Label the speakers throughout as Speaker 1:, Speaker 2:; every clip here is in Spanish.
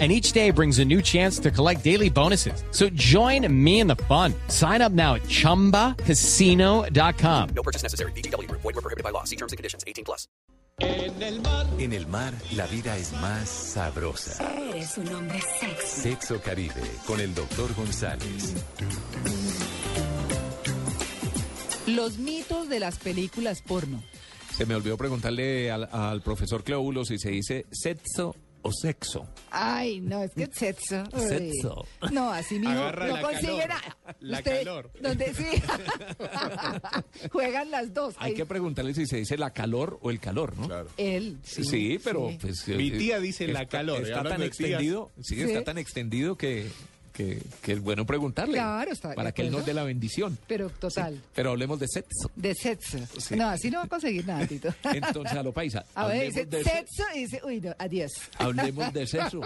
Speaker 1: and each day brings a new chance to collect daily bonuses. So join me in the fun. Sign up now at ChumbaCasino.com.
Speaker 2: No purchase necessary. BGW. Void were prohibited by law. See terms and conditions. 18 plus.
Speaker 3: En el mar, la vida es más sabrosa.
Speaker 4: Eres un hombre sexy.
Speaker 3: Sexo Caribe, con el doctor González.
Speaker 5: Los mitos de las películas porno.
Speaker 6: Se me olvidó preguntarle al, al profesor Cleóbulo si se dice sexo o sexo.
Speaker 5: Ay, no, es que sexo. uy.
Speaker 6: Sexo.
Speaker 5: No, así mismo
Speaker 7: Agarra
Speaker 5: no
Speaker 7: la
Speaker 5: consigue
Speaker 7: calor,
Speaker 5: nada.
Speaker 7: la
Speaker 5: Usted-
Speaker 7: calor.
Speaker 5: Donde sí. Juegan las dos.
Speaker 6: Hay
Speaker 5: Ahí-
Speaker 6: que preguntarle si se dice la calor o el calor, ¿no?
Speaker 5: Él.
Speaker 6: Sí, pero
Speaker 5: sí.
Speaker 6: pues,
Speaker 7: Mi
Speaker 6: eh,
Speaker 7: tía dice la calor, y
Speaker 6: Está
Speaker 7: hablando
Speaker 6: tan
Speaker 7: de tías.
Speaker 6: extendido, sí, está
Speaker 5: Sí.
Speaker 6: tan extendido que, que, que es bueno preguntarle.
Speaker 5: Claro, está de
Speaker 6: Para que él nos
Speaker 5: acuerdo.
Speaker 6: dé la bendición.
Speaker 5: Pero total.
Speaker 6: Pero hablemos de sexo.
Speaker 5: De sexo.
Speaker 6: Sí.
Speaker 5: No, así no va a conseguir nada, Tito.
Speaker 6: Entonces, a lo paisa.
Speaker 5: A ver,
Speaker 6: hablemos
Speaker 5: dice
Speaker 6: de se-
Speaker 5: sexo y dice, uy, no, adiós.
Speaker 6: Hablemos de sexo.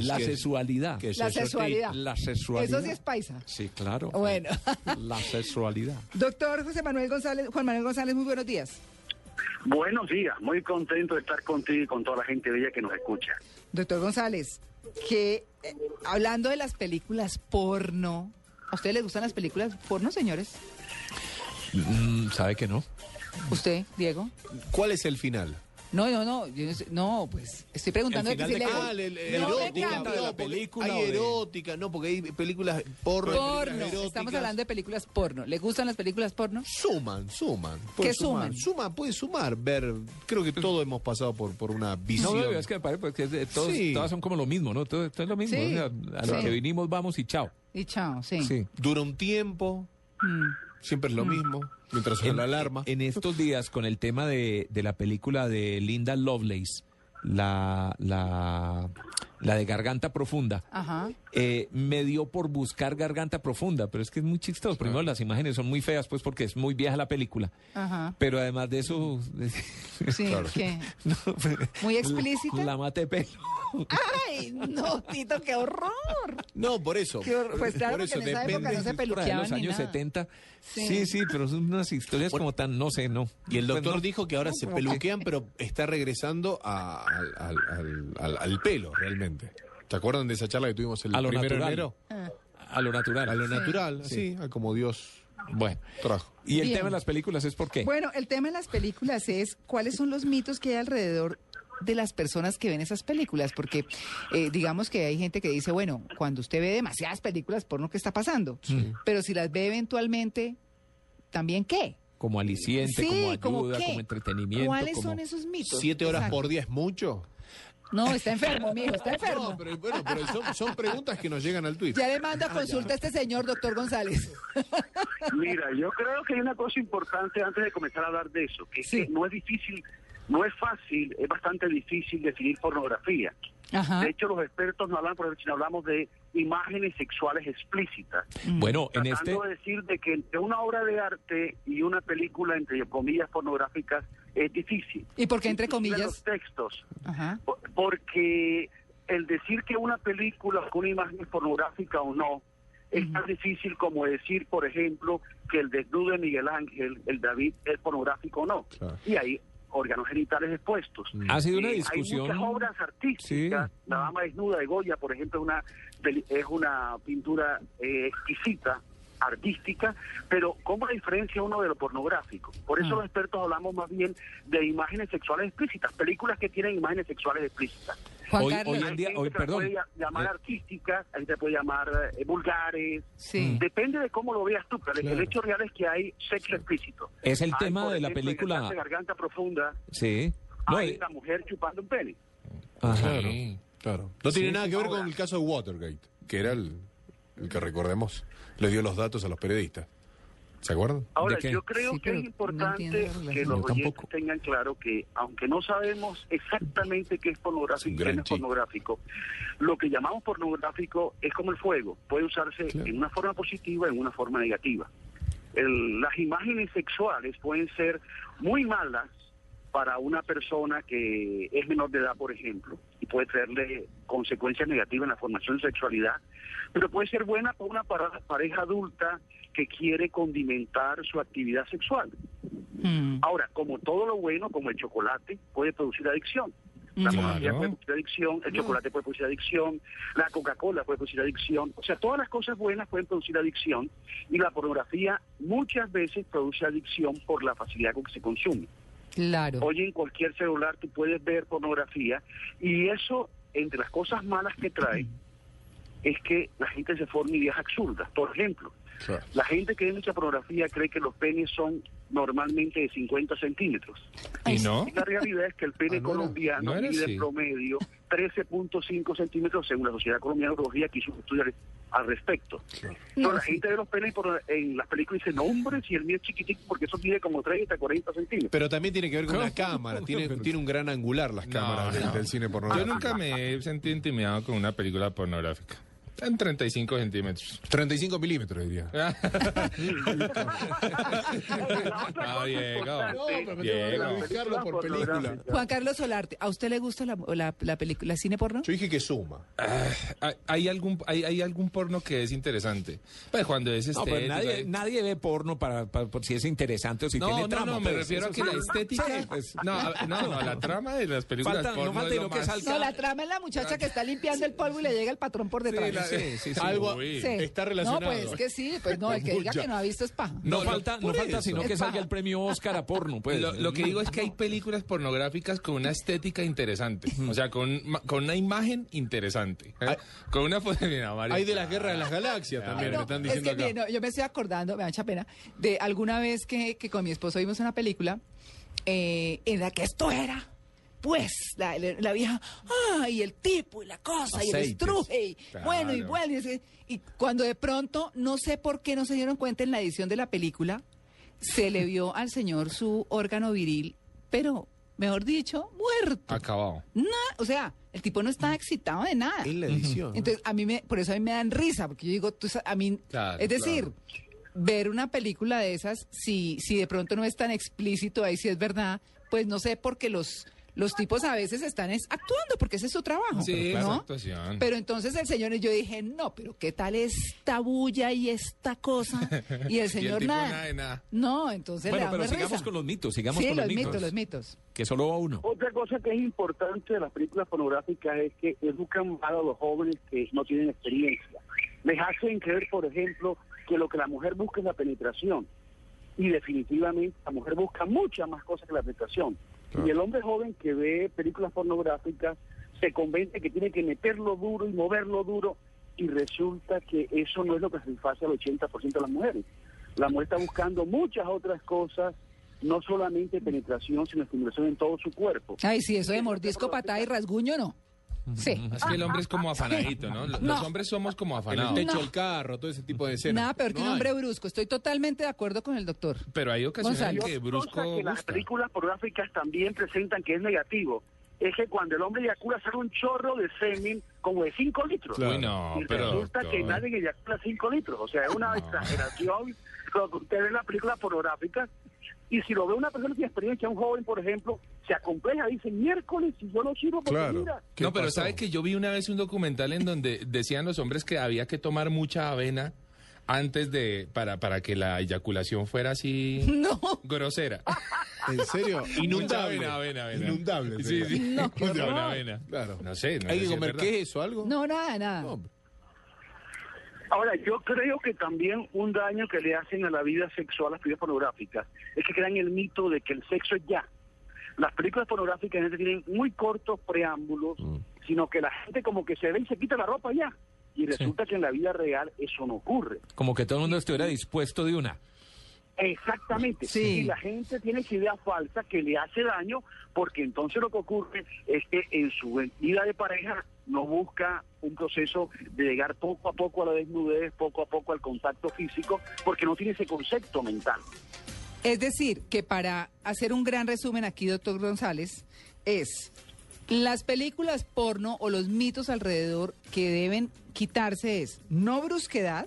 Speaker 6: La
Speaker 7: que-
Speaker 6: sexualidad.
Speaker 7: que
Speaker 5: La
Speaker 7: Eso sí,
Speaker 5: sexualidad.
Speaker 6: La sexualidad.
Speaker 5: Eso sí es paisa.
Speaker 6: Sí, claro.
Speaker 5: Bueno.
Speaker 6: La sexualidad.
Speaker 5: Doctor José Manuel González, Juan Manuel González, muy buenos días.
Speaker 8: Buenos días, muy contento de estar contigo y con toda la gente bella que nos escucha.
Speaker 5: Doctor González, que eh, hablando de las películas porno, ¿a ustedes les gustan las películas porno, señores?
Speaker 6: Mm, ¿Sabe que no?
Speaker 5: ¿Usted, Diego?
Speaker 7: ¿Cuál es el final?
Speaker 5: No, no, no, yo no, sé- no, pues estoy preguntando
Speaker 7: el
Speaker 5: que
Speaker 7: final
Speaker 5: si le-
Speaker 7: de cuál?
Speaker 5: no me
Speaker 7: erótica,
Speaker 5: cambie.
Speaker 7: no,
Speaker 6: la
Speaker 7: porque
Speaker 6: película o
Speaker 7: Hay
Speaker 6: de-
Speaker 7: erótica, no, porque hay películas porno.
Speaker 5: Porno,
Speaker 7: películas
Speaker 5: estamos
Speaker 7: eróticas.
Speaker 5: hablando de películas porno. ¿Le gustan las películas porno?
Speaker 7: Suman, suman. puede
Speaker 5: ¿Qué
Speaker 7: sumar,
Speaker 5: suman?
Speaker 7: Suma, puede sumar, ver. Creo que todos hemos pasado por, por una
Speaker 6: No,
Speaker 7: visión.
Speaker 6: es que me parece porque es de- todos-
Speaker 7: Sí.
Speaker 6: todas son como lo mismo, ¿no? Todo, todo es lo mismo.
Speaker 5: Sí.
Speaker 6: o sea, a lo
Speaker 5: Sí.
Speaker 6: que vinimos, vamos y chao.
Speaker 5: Y chao, sí.
Speaker 6: Sí.
Speaker 7: Dura un tiempo,
Speaker 5: Mm.
Speaker 7: siempre es lo mismo, mientras suena la alarma.
Speaker 6: En estos días, con el tema de, de la película de Linda Lovelace, la, la, la de Garganta Profunda,
Speaker 5: Ajá.
Speaker 6: eh, me dio por buscar Garganta Profunda, pero es que es muy chistoso. Primero, las imágenes son muy feas, pues, porque es muy vieja la película.
Speaker 5: Ajá.
Speaker 6: Pero además de eso...
Speaker 5: Sí, ¿qué?
Speaker 6: no, pues,
Speaker 5: ¿Muy explícita?
Speaker 6: La mate pelo.
Speaker 5: Ay, no, Tito, qué horror.
Speaker 7: No, por eso.
Speaker 5: Qué horror. Pues claro,
Speaker 7: por
Speaker 5: porque
Speaker 7: eso
Speaker 5: en esa época no
Speaker 7: depende.
Speaker 5: se
Speaker 6: Por ahí en los
Speaker 5: peluqueaban ni
Speaker 6: años
Speaker 5: nada.
Speaker 6: 70.
Speaker 5: Sí.
Speaker 6: Sí. sí, pero son unas historias como tan, no sé, no.
Speaker 7: Y el
Speaker 6: Pues
Speaker 7: doctor
Speaker 6: no.
Speaker 7: dijo que ahora se peluquean, pero está regresando a- al, al- al- al- al pelo, realmente. ¿Te acuerdan de esa charla que tuvimos el
Speaker 6: A lo
Speaker 7: primero
Speaker 6: natural.
Speaker 7: de enero?
Speaker 5: Ah.
Speaker 6: A lo natural.
Speaker 7: A lo natural, sí, a como Dios
Speaker 6: Bueno.
Speaker 7: trajo.
Speaker 6: Y el
Speaker 5: Bien.
Speaker 6: tema de las películas es por qué.
Speaker 5: Bueno, el tema de las películas es cuáles son los mitos que hay alrededor de las personas que ven esas películas, porque eh, digamos que hay gente que dice, bueno, cuando usted ve demasiadas películas porno, ¿qué está pasando? Pero si las ve eventualmente, ¿también qué?
Speaker 6: Como aliciente,
Speaker 5: Sí,
Speaker 6: como ayuda,
Speaker 5: ¿como
Speaker 6: como,
Speaker 5: qué?
Speaker 6: entretenimiento.
Speaker 5: ¿Cuáles
Speaker 6: como-
Speaker 5: son esos mitos?
Speaker 7: ¿Siete horas
Speaker 5: Exacto.
Speaker 7: por día es mucho?
Speaker 5: No, está enfermo, mijo, está enfermo.
Speaker 7: No, pero, bueno, pero son, son preguntas que nos llegan al Twitter.
Speaker 5: Ya le mando a consulta a este señor, doctor González.
Speaker 8: Mira, yo creo que hay una cosa importante antes de comenzar a hablar de eso, que, es
Speaker 5: Sí.
Speaker 8: que no es difícil, no es fácil, es bastante difícil definir pornografía.
Speaker 5: Ajá.
Speaker 8: De hecho, los expertos no hablan por sino hablamos de imágenes sexuales explícitas.
Speaker 9: Mm.
Speaker 6: Bueno, en este.
Speaker 8: Tratando de decir de que entre una obra de arte y una película, entre comillas, pornográficas, es difícil.
Speaker 5: ¿Y por qué entre
Speaker 8: Inclusive
Speaker 5: comillas?
Speaker 8: Los textos.
Speaker 5: Ajá.
Speaker 8: Por- porque el decir que una película o que una imagen es pornográfica o no es tan difícil como decir, por ejemplo, que el desnudo de Miguel Ángel, el David, es pornográfico o no.
Speaker 7: Claro.
Speaker 8: Y hay órganos genitales expuestos.
Speaker 6: Ha sido una
Speaker 8: Eh,
Speaker 6: discusión.
Speaker 8: Hay muchas obras artísticas. La dama desnuda de Goya, por ejemplo, es una, peli- es una pintura eh, exquisita, artística, pero ¿cómo la diferencia uno de lo pornográfico? Por eso
Speaker 6: Mm.
Speaker 5: Ah.
Speaker 8: los expertos hablamos más bien de imágenes sexuales explícitas, películas que tienen imágenes sexuales explícitas.
Speaker 5: Juan
Speaker 6: Hoy-
Speaker 5: Carlos.
Speaker 6: hoy en
Speaker 8: Hay
Speaker 6: día,
Speaker 8: gente
Speaker 6: hoy,
Speaker 8: que la
Speaker 6: perdón.
Speaker 8: puede ya- llamar
Speaker 6: Eh,
Speaker 8: artísticas, hay gente que puede llamar eh, vulgares. Mm.
Speaker 5: Sí.
Speaker 8: Depende de cómo lo veas tú, pero el-
Speaker 7: Claro.
Speaker 8: el hecho real es que hay sexo explícito.
Speaker 6: Es el
Speaker 8: Hay,
Speaker 6: tema
Speaker 8: por
Speaker 6: de la
Speaker 8: ejemplo, en
Speaker 6: película.
Speaker 8: Garganta- Garganta profunda,
Speaker 6: este, Sí. No,
Speaker 8: hay
Speaker 6: eh,
Speaker 8: una mujer chupando un pene.
Speaker 6: ajá.
Speaker 7: Claro, claro. No tiene
Speaker 6: Sí.
Speaker 7: nada que ver con el caso de Watergate, que era el, el que recordemos, le dio los datos a los periodistas. ¿Se acuerdan?
Speaker 8: Ahora,
Speaker 6: ¿De qué?
Speaker 8: yo creo
Speaker 5: Sí,
Speaker 8: que
Speaker 5: pero
Speaker 8: es
Speaker 5: no
Speaker 8: importante
Speaker 5: entiendo la
Speaker 8: que
Speaker 5: relación.
Speaker 8: los
Speaker 6: Yo tampoco.
Speaker 8: oyentes tengan claro que, aunque no sabemos exactamente qué es
Speaker 7: Es un
Speaker 8: pornográfico y qué
Speaker 7: gran
Speaker 8: no es
Speaker 7: chico.
Speaker 8: pornográfico, lo que llamamos pornográfico es como el fuego, puede usarse
Speaker 7: Claro.
Speaker 8: en una forma positiva y en una forma negativa. El- las imágenes sexuales pueden ser muy malas para una persona que es menor de edad, por ejemplo, y puede traerle consecuencias negativas en la formación de sexualidad, pero puede ser buena para una para- pareja adulta que quiere condimentar su actividad sexual.
Speaker 5: Mm.
Speaker 8: Ahora, como todo lo bueno, como el chocolate, puede producir adicción. La pornografía puede producir adicción, el chocolate puede producir adicción, la Coca-Cola puede producir adicción. O sea, todas las cosas buenas pueden producir adicción y la pornografía muchas veces produce adicción por la facilidad con que se consume.
Speaker 5: Claro.
Speaker 8: Hoy en cualquier celular tú puedes ver pornografía y eso, entre las cosas malas que trae, es que la gente se forma ideas absurdas. Por ejemplo,
Speaker 7: Claro.
Speaker 8: la gente que ve mucha pornografía cree que los penes son normalmente de 50 centímetros.
Speaker 5: Ay,
Speaker 9: ¿Y no?
Speaker 8: Y la realidad es que el pene
Speaker 7: Ah, no era-
Speaker 8: colombiano
Speaker 7: no era
Speaker 8: mide
Speaker 7: así.
Speaker 8: en promedio 13.5 centímetros según la Sociedad Colombiana de Urología que hizo un estudio al- al respecto. Entonces, la gente ve los penes por- en las películas y dice, no hombre, si el mío es chiquitico porque eso mide como 30, 40 centímetros.
Speaker 7: Pero también tiene que ver con la cámara. Tiene, tiene un gran angular las
Speaker 9: No,
Speaker 7: cámaras del-
Speaker 9: no.
Speaker 7: del cine
Speaker 9: Yo
Speaker 7: pornográfico.
Speaker 9: nunca me he sentido intimidado con una película pornográfica. En 35 centímetros.
Speaker 7: 35 milímetros, diría.
Speaker 8: La otra
Speaker 9: Ah,
Speaker 8: cosa
Speaker 9: Diego.
Speaker 8: importante
Speaker 9: No,
Speaker 7: pero
Speaker 8: de
Speaker 7: me
Speaker 9: tengo que
Speaker 8: las
Speaker 7: ubicarlo por
Speaker 8: películas
Speaker 7: película.
Speaker 8: pornográficas.
Speaker 5: Juan Carlos Solarte, ¿a usted le gusta la, la, la película, cine porno?
Speaker 7: Yo dije que suma.
Speaker 9: Ah, ¿Hay algún, hay, hay algún porno que es interesante? Pues cuando es
Speaker 6: No,
Speaker 9: estética.
Speaker 6: pero nadie,
Speaker 9: es-
Speaker 6: nadie ve porno para, para- por si es interesante o si
Speaker 9: no,
Speaker 6: tiene
Speaker 9: no,
Speaker 6: trama.
Speaker 9: no, me
Speaker 6: pues,
Speaker 9: refiero a
Speaker 6: eso
Speaker 9: que la
Speaker 6: sí.
Speaker 9: estética...
Speaker 6: Sí, pues.
Speaker 9: no, a- no, no, la trama de las películas
Speaker 6: Falta- no
Speaker 9: porno
Speaker 6: falta
Speaker 9: es
Speaker 6: y lo
Speaker 9: lo
Speaker 6: que
Speaker 9: más...
Speaker 6: salga.
Speaker 5: No, la trama es la muchacha que está limpiando el polvo y le llega el patrón por detrás.
Speaker 6: la- sí, sí, sí.
Speaker 7: Algo
Speaker 9: Uy.
Speaker 5: Sí.
Speaker 7: está relacionado.
Speaker 5: No, pues es que sí, pues no, el que diga
Speaker 7: Mucha.
Speaker 5: que no ha visto es paja.
Speaker 6: No,
Speaker 7: No,
Speaker 6: falta, no
Speaker 7: por
Speaker 6: falta,
Speaker 7: eso.
Speaker 6: sino que
Speaker 5: Es
Speaker 6: salga
Speaker 5: paja.
Speaker 6: el premio Oscar a porno, pues.
Speaker 9: Lo, lo que digo es que hay películas pornográficas con una estética interesante. O sea, con, ma- con una imagen interesante. ¿eh? Con una foto Mira, Mario.
Speaker 7: Hay de las guerras de las galaxias también,
Speaker 5: Ay, Ah, no,
Speaker 7: me están diciendo
Speaker 5: es que,
Speaker 7: acá.
Speaker 5: mire, no, yo me estoy acordando, me da mucha pena, de alguna vez que, que con mi esposo vimos una película eh, en la que esto era. Pues, la, la- la vieja, ah, y el tipo, y la cosa, y el
Speaker 7: Aceites.
Speaker 5: estruje, y bueno, y bueno, y, ese- y cuando de pronto, no sé por qué no se dieron cuenta en la edición de la película, se le vio al señor su órgano viril, pero, mejor dicho, muerto.
Speaker 9: Acabado.
Speaker 5: Nada,
Speaker 7: Ah.
Speaker 5: o sea, el tipo no está excitado de nada.
Speaker 7: En la edición.
Speaker 5: Entonces, a mí me, por eso a mí me dan risa, porque yo digo, tú, sa- a mí,
Speaker 9: Claro,
Speaker 5: es decir, ver una película de esas, si, si de pronto no es tan explícito ahí, si es verdad, pues no sé, porque los, los tipos a veces están es, actuando, porque ese es su trabajo,
Speaker 9: Sí,
Speaker 5: ¿no?
Speaker 9: esa actuación.
Speaker 5: Pero entonces el señor, yo dije, no, pero ¿qué tal esta bulla y esta cosa? Y el
Speaker 9: Y el
Speaker 5: señor
Speaker 9: tipo
Speaker 5: nada.
Speaker 9: nada de nada.
Speaker 5: No, entonces
Speaker 6: Bueno,
Speaker 5: le da
Speaker 6: pero
Speaker 5: una
Speaker 6: sigamos
Speaker 5: risa.
Speaker 6: con los mitos, sigamos
Speaker 5: Sí,
Speaker 6: con los,
Speaker 5: los
Speaker 6: mitos.
Speaker 5: mitos, los mitos.
Speaker 6: Que solo va uno.
Speaker 8: Otra cosa que es importante de las películas pornográficas es que educan mal a los jóvenes que no tienen experiencia. Les hacen creer, por ejemplo, que lo que la mujer busca es la penetración. Y definitivamente la mujer busca muchas más cosas que la penetración. Y el hombre joven que ve películas pornográficas se convence que tiene que meterlo duro y moverlo duro y resulta que eso no es lo que satisface al 80% de las mujeres. La mujer está buscando muchas otras cosas, no solamente penetración, sino estimulación en todo su cuerpo.
Speaker 5: Ay, sí, eso de mordisco, patada y rasguño, no. Sí.
Speaker 9: Es que el hombre es como afanadito, ¿no? Los
Speaker 5: No.
Speaker 9: hombres somos como
Speaker 7: En el
Speaker 9: afanados.
Speaker 7: techo
Speaker 5: No.
Speaker 7: del carro, todo ese tipo de escenas.
Speaker 5: Nada peor que un
Speaker 7: No hay.
Speaker 5: hombre brusco. Estoy totalmente de acuerdo con el doctor.
Speaker 9: Pero hay ocasiones en
Speaker 5: Gonzalo.
Speaker 9: que
Speaker 8: cosa
Speaker 9: brusco
Speaker 8: que las
Speaker 9: gusta.
Speaker 8: películas pornográficas también presentan que es negativo es que cuando el hombre eyacula sale un chorro de semen como de 5 litros.
Speaker 7: Claro.
Speaker 9: Uy, no,
Speaker 8: y
Speaker 9: pero
Speaker 8: resulta que
Speaker 9: doctor.
Speaker 8: nadie eyacula 5 litros. O sea, es una exageración lo que usted ve en las películas pornográficas. Y si lo ve una persona sin experiencia, un joven, por ejemplo, se acompleja, dice, miércoles, si yo no sirvo, porque
Speaker 7: Claro.
Speaker 8: mira,
Speaker 7: ¿Qué
Speaker 9: No, pero
Speaker 7: pasó?
Speaker 9: ¿sabe que yo vi una vez un documental en donde decían los hombres que había que tomar mucha avena antes de para para que la eyaculación fuera así
Speaker 5: No.
Speaker 9: grosera.
Speaker 7: ¿En serio? Inundable.
Speaker 9: Mucha avena, avena, avena.
Speaker 7: Inundable.
Speaker 9: Sí, sí.
Speaker 5: No, qué
Speaker 9: Mucha
Speaker 5: horror.
Speaker 9: avena, avena.
Speaker 7: Claro.
Speaker 9: No sé, no
Speaker 7: ¿Hay que
Speaker 9: sé si es
Speaker 7: comer
Speaker 9: verdad.
Speaker 7: queso algo?
Speaker 5: No, nada, nada.
Speaker 7: No.
Speaker 8: Ahora, yo creo que también un daño que le hacen a la vida sexual las películas pornográficas es que crean el mito de que el sexo es ya. Las películas pornográficas en este tienen muy cortos preámbulos, sino que la gente como que se ve y se quita la ropa ya. Y resulta que en la vida real eso no ocurre.
Speaker 6: Como que todo el mundo estuviera dispuesto de una.
Speaker 8: Exactamente.
Speaker 5: Sí.
Speaker 8: Y la gente tiene esa idea falsa que le hace daño, porque entonces lo que ocurre es que en su vida de pareja no busca un proceso de llegar poco a poco a la desnudez, poco a poco al contacto físico, porque no tiene ese concepto mental.
Speaker 5: Es decir, que para hacer un gran resumen aquí, doctor González, es las películas porno o los mitos alrededor que deben quitarse es no brusquedad,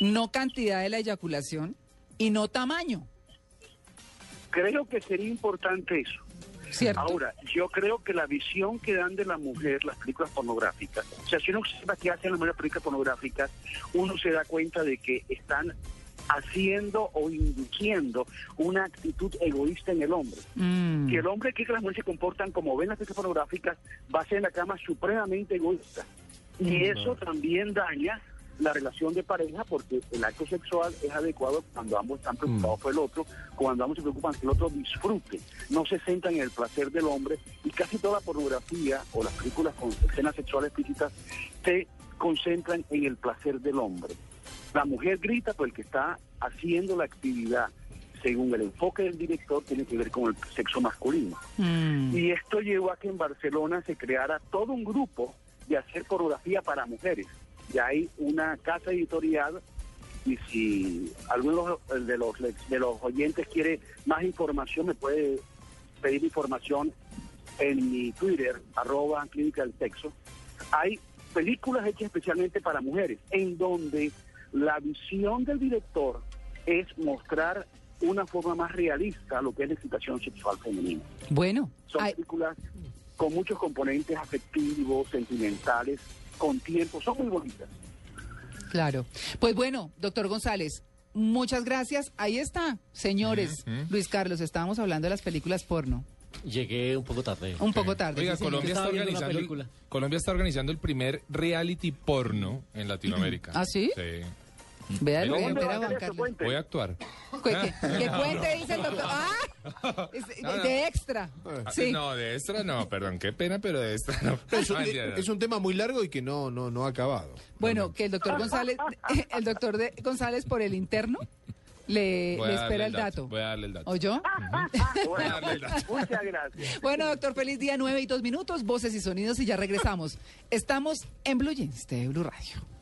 Speaker 5: no cantidad de la eyaculación y no tamaño.
Speaker 8: Creo que sería importante eso.
Speaker 5: ¿Cierto?
Speaker 8: Ahora, yo creo que la visión que dan de la mujer las películas pornográficas, o sea, si uno observa qué hacen las mujeres películas pornográficas, uno se da cuenta de que están haciendo o induciendo una actitud egoísta en el hombre.
Speaker 5: Mm.
Speaker 8: Que el hombre que las mujeres se comportan como ven las películas pornográficas va a ser en la cama supremamente egoísta. Y eso también daña la relación de pareja porque el acto sexual es adecuado cuando ambos están preocupados por el otro, cuando ambos se preocupan que el otro disfrute, no se centran en el placer del hombre y casi toda la pornografía o las películas con escenas sexuales explícitas se concentran en el placer del hombre. La mujer grita por el que está haciendo la actividad, según el enfoque del director, tiene que ver con el sexo masculino.
Speaker 5: Mm.
Speaker 8: Y esto llevó a que en Barcelona se creara todo un grupo de hacer coreografía para mujeres. Ya hay una casa editorial y si alguno de los, lex- de los oyentes quiere más información, me puede pedir información en mi Twitter, arroba clínica del sexo. Hay películas hechas especialmente para mujeres, en donde la visión del director es mostrar una forma más realista lo que es la excitación sexual femenina.
Speaker 5: Bueno,
Speaker 8: Son
Speaker 5: ay,
Speaker 8: películas con muchos componentes afectivos, sentimentales, con tiempo. Son muy bonitas.
Speaker 5: claro. Pues bueno, doctor González, muchas gracias. Ahí está, señores. Luis Carlos, estábamos hablando de las películas porno.
Speaker 10: Llegué un poco tarde.
Speaker 5: Un poco tarde.
Speaker 9: Oiga,
Speaker 5: sí, señor.
Speaker 9: Colombia, está
Speaker 10: Estaba viendo una
Speaker 9: organizando el,
Speaker 10: película.
Speaker 9: Colombia está organizando el primer reality porno en Latinoamérica.
Speaker 5: ¿Ah, sí? Vea,
Speaker 9: Oiga,
Speaker 5: voy a
Speaker 9: ¿dónde
Speaker 5: volver a
Speaker 9: va a
Speaker 8: hacer eso,
Speaker 5: bancarlo.
Speaker 8: cuente?
Speaker 9: Voy a actuar.
Speaker 5: Que, que- que cuente, dice el doctor. ¡Ah! Es de- De extra.
Speaker 9: Ah,
Speaker 5: Sí. Pues, eh,
Speaker 9: No, de extra no, perdón, qué pena, pero de extra no. Ah,
Speaker 7: No, es, un,
Speaker 9: No, mentira, no.
Speaker 7: es un tema muy largo y que no, no, no ha acabado.
Speaker 5: Bueno, que el doctor González, el doctor de- González por el interno le,
Speaker 9: Voy a
Speaker 5: le
Speaker 9: darle
Speaker 5: espera el dato.
Speaker 9: Voy a darle el dato.
Speaker 5: ¿Oyó?
Speaker 8: Bueno,
Speaker 9: Dale, dale.
Speaker 8: muchas gracias.
Speaker 5: Bueno, doctor, feliz día, nueve y dos minutos, voces y sonidos y ya regresamos. Estamos en Blue Jeans de Blue Radio.